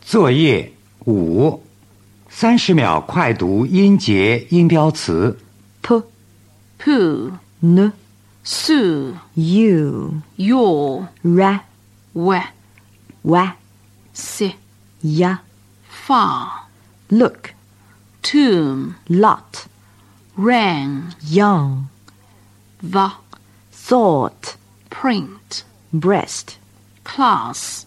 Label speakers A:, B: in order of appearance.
A: 作业五，三十秒快读音节音标词。
B: p,
C: poo,
B: n,
C: sue,
B: u,
C: yaw,
B: ra,
C: we,
B: wa,
C: si,
B: ya.
C: far,
B: Look,
C: tomb,
B: lot,
C: rang,
B: young,
C: the,
B: thought,
C: print,
B: breast,
C: class,